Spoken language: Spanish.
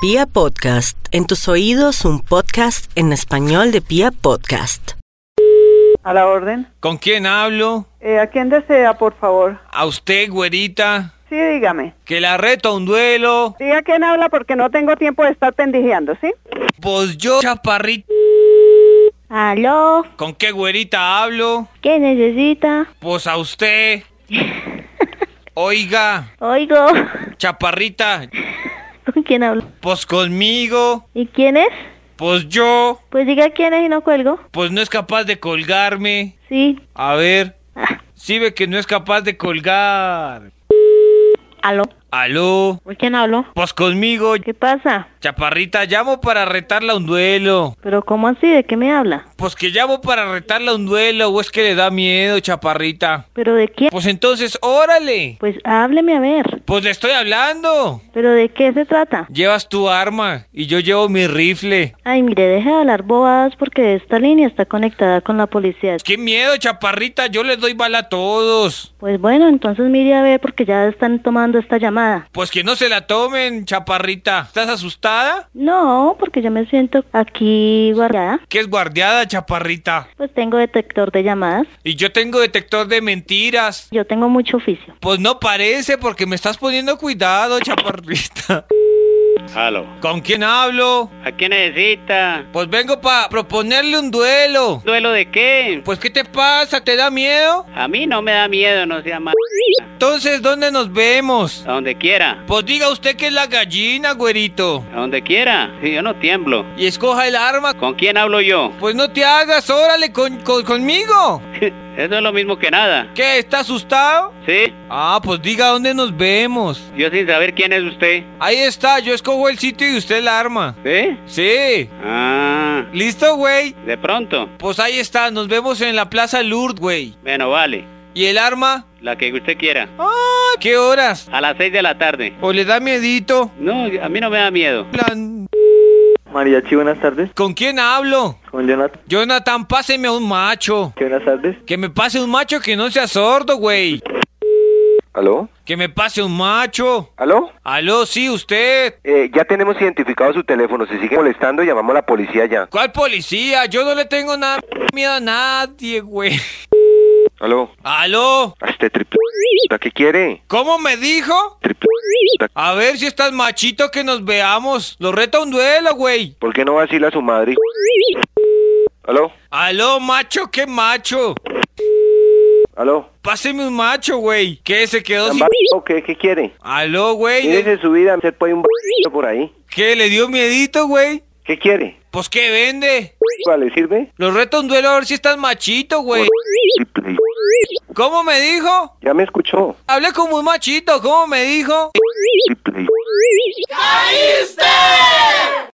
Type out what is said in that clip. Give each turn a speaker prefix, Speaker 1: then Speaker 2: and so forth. Speaker 1: Pia Podcast, en tus oídos un podcast en español de Pia Podcast.
Speaker 2: A la orden.
Speaker 3: ¿Con quién hablo?
Speaker 2: Eh, ¿A quién desea, por favor?
Speaker 3: ¿A usted, güerita?
Speaker 2: Sí, dígame.
Speaker 3: Que la reto a un duelo.
Speaker 2: Diga quién habla porque no tengo tiempo de estar pendijeando, ¿sí?
Speaker 3: Pues yo, chaparrito.
Speaker 4: Aló,
Speaker 3: ¿Con qué güerita hablo?
Speaker 4: ¿qué necesita?
Speaker 3: Pues a usted. Oiga,
Speaker 4: Oigo,
Speaker 3: chaparrita.
Speaker 4: ¿con quién hablo?
Speaker 3: Pues conmigo.
Speaker 4: ¿Y quién es?
Speaker 3: Pues yo.
Speaker 4: Pues diga quién es y no cuelgo.
Speaker 3: Pues no es capaz de colgarme.
Speaker 4: Sí, ah,
Speaker 3: A ver. Sí ve que no es capaz de colgar.
Speaker 4: aló,
Speaker 3: Aló.
Speaker 4: ¿con quién hablo?
Speaker 3: Pues conmigo,
Speaker 4: ¿Qué pasa?
Speaker 3: chaparrita. Llamo para retarla a un duelo.
Speaker 4: ¿Pero cómo así? ¿De qué me habla?
Speaker 3: Pues que llamo para retarla a un duelo o es que le da miedo, chaparrita.
Speaker 4: ¿Pero de quién?
Speaker 3: Pues entonces, órale.
Speaker 4: Pues hábleme a ver.
Speaker 3: Pues le estoy hablando.
Speaker 4: ¿Pero de qué se trata?
Speaker 3: Llevas tu arma y yo llevo mi rifle.
Speaker 4: Ay, mire, deje de hablar bobadas porque esta línea está conectada con la policía.
Speaker 3: Pues ¡Qué miedo, chaparrita! Yo les doy bala a todos.
Speaker 4: Pues bueno, entonces mire a ver porque ya están tomando esta llamada.
Speaker 3: Pues que no se la tomen, chaparrita. ¿Estás asustada?
Speaker 4: No, porque yo me siento aquí guardada.
Speaker 3: ¿Qué es guardiada, chaparrita?
Speaker 4: Pues tengo detector de llamadas.
Speaker 3: Y yo tengo detector de mentiras.
Speaker 4: Yo tengo mucho oficio.
Speaker 3: Pues no parece porque me estás poniendo cuidado, chaparrita.
Speaker 5: Aló.
Speaker 3: ¿Con quién hablo?
Speaker 5: ¿A qué necesita?
Speaker 3: Pues vengo para proponerle un duelo.
Speaker 5: ¿Duelo de qué?
Speaker 3: Pues ¿qué te pasa? ¿Te da miedo?
Speaker 5: A mí no me da miedo, no sea más.
Speaker 3: Entonces, ¿dónde nos vemos?
Speaker 5: A donde quiera.
Speaker 3: Pues diga usted que es la gallina, güerito.
Speaker 5: A donde quiera. Sí, yo no tiemblo.
Speaker 3: Y escoja el arma.
Speaker 5: ¿Con quién hablo yo?
Speaker 3: Pues no te hagas, órale, con, con- conmigo.
Speaker 5: Eso es lo mismo que nada.
Speaker 3: ¿Qué? ¿Está asustado?
Speaker 5: Sí.
Speaker 3: Ah, pues diga dónde nos vemos.
Speaker 5: Yo sin saber quién es usted.
Speaker 3: Ahí está, yo escojo el sitio y usted el arma.
Speaker 5: ¿Sí?
Speaker 3: Sí.
Speaker 5: Ah.
Speaker 3: ¿Listo, güey?
Speaker 5: De pronto.
Speaker 3: Pues ahí está, nos vemos en la Plaza Lourdes, güey.
Speaker 5: Bueno, vale.
Speaker 3: ¿Y el arma?
Speaker 5: La que usted quiera.
Speaker 3: Ah, ¿qué horas?
Speaker 5: A las seis de la tarde.
Speaker 3: ¿O le da miedito?
Speaker 5: No, a mí no me da miedo.
Speaker 3: Plan-
Speaker 6: Mariachi, buenas tardes.
Speaker 3: ¿Con quién hablo?
Speaker 6: Con Jonathan,
Speaker 3: Jonathan, páseme a un macho.
Speaker 6: ¿qué buenas tardes?
Speaker 3: Que me pase un macho que no sea sordo, güey.
Speaker 6: ¿Aló?
Speaker 3: Que me pase un macho.
Speaker 6: ¿Aló?
Speaker 3: Aló, sí, usted.
Speaker 6: Eh, ya tenemos identificado su teléfono. Si sigue molestando, llamamos a la policía ya.
Speaker 3: ¿Cuál policía? Yo no le tengo nada miedo a nadie, güey.
Speaker 6: ¿Aló?
Speaker 3: Aló.
Speaker 6: A este triple... ¿Qué quiere?
Speaker 3: ¿Cómo me dijo?
Speaker 6: Triple...
Speaker 3: A ver si estás machito que nos veamos. Lo reto a un duelo, güey.
Speaker 6: ¿Por qué no va a decirle a su madre? ¿Aló?
Speaker 3: Aló, macho, qué macho.
Speaker 6: ¿Aló?
Speaker 3: Páseme un macho, güey. ¿Qué se quedó sin...
Speaker 6: ¿O qué? ¿Qué quiere?
Speaker 3: Aló, güey.
Speaker 6: Mírese su vida, se puede un por ahí.
Speaker 3: ¿Qué le dio miedito, güey?
Speaker 6: ¿Qué quiere?
Speaker 3: Pues que vende.
Speaker 6: ¿Vale, sirve?
Speaker 3: Lo reto a un duelo a ver si estás machito, güey. ¿Cómo me dijo?
Speaker 6: Ya me escuchó.
Speaker 3: Hablé como un machito, ¿cómo me dijo?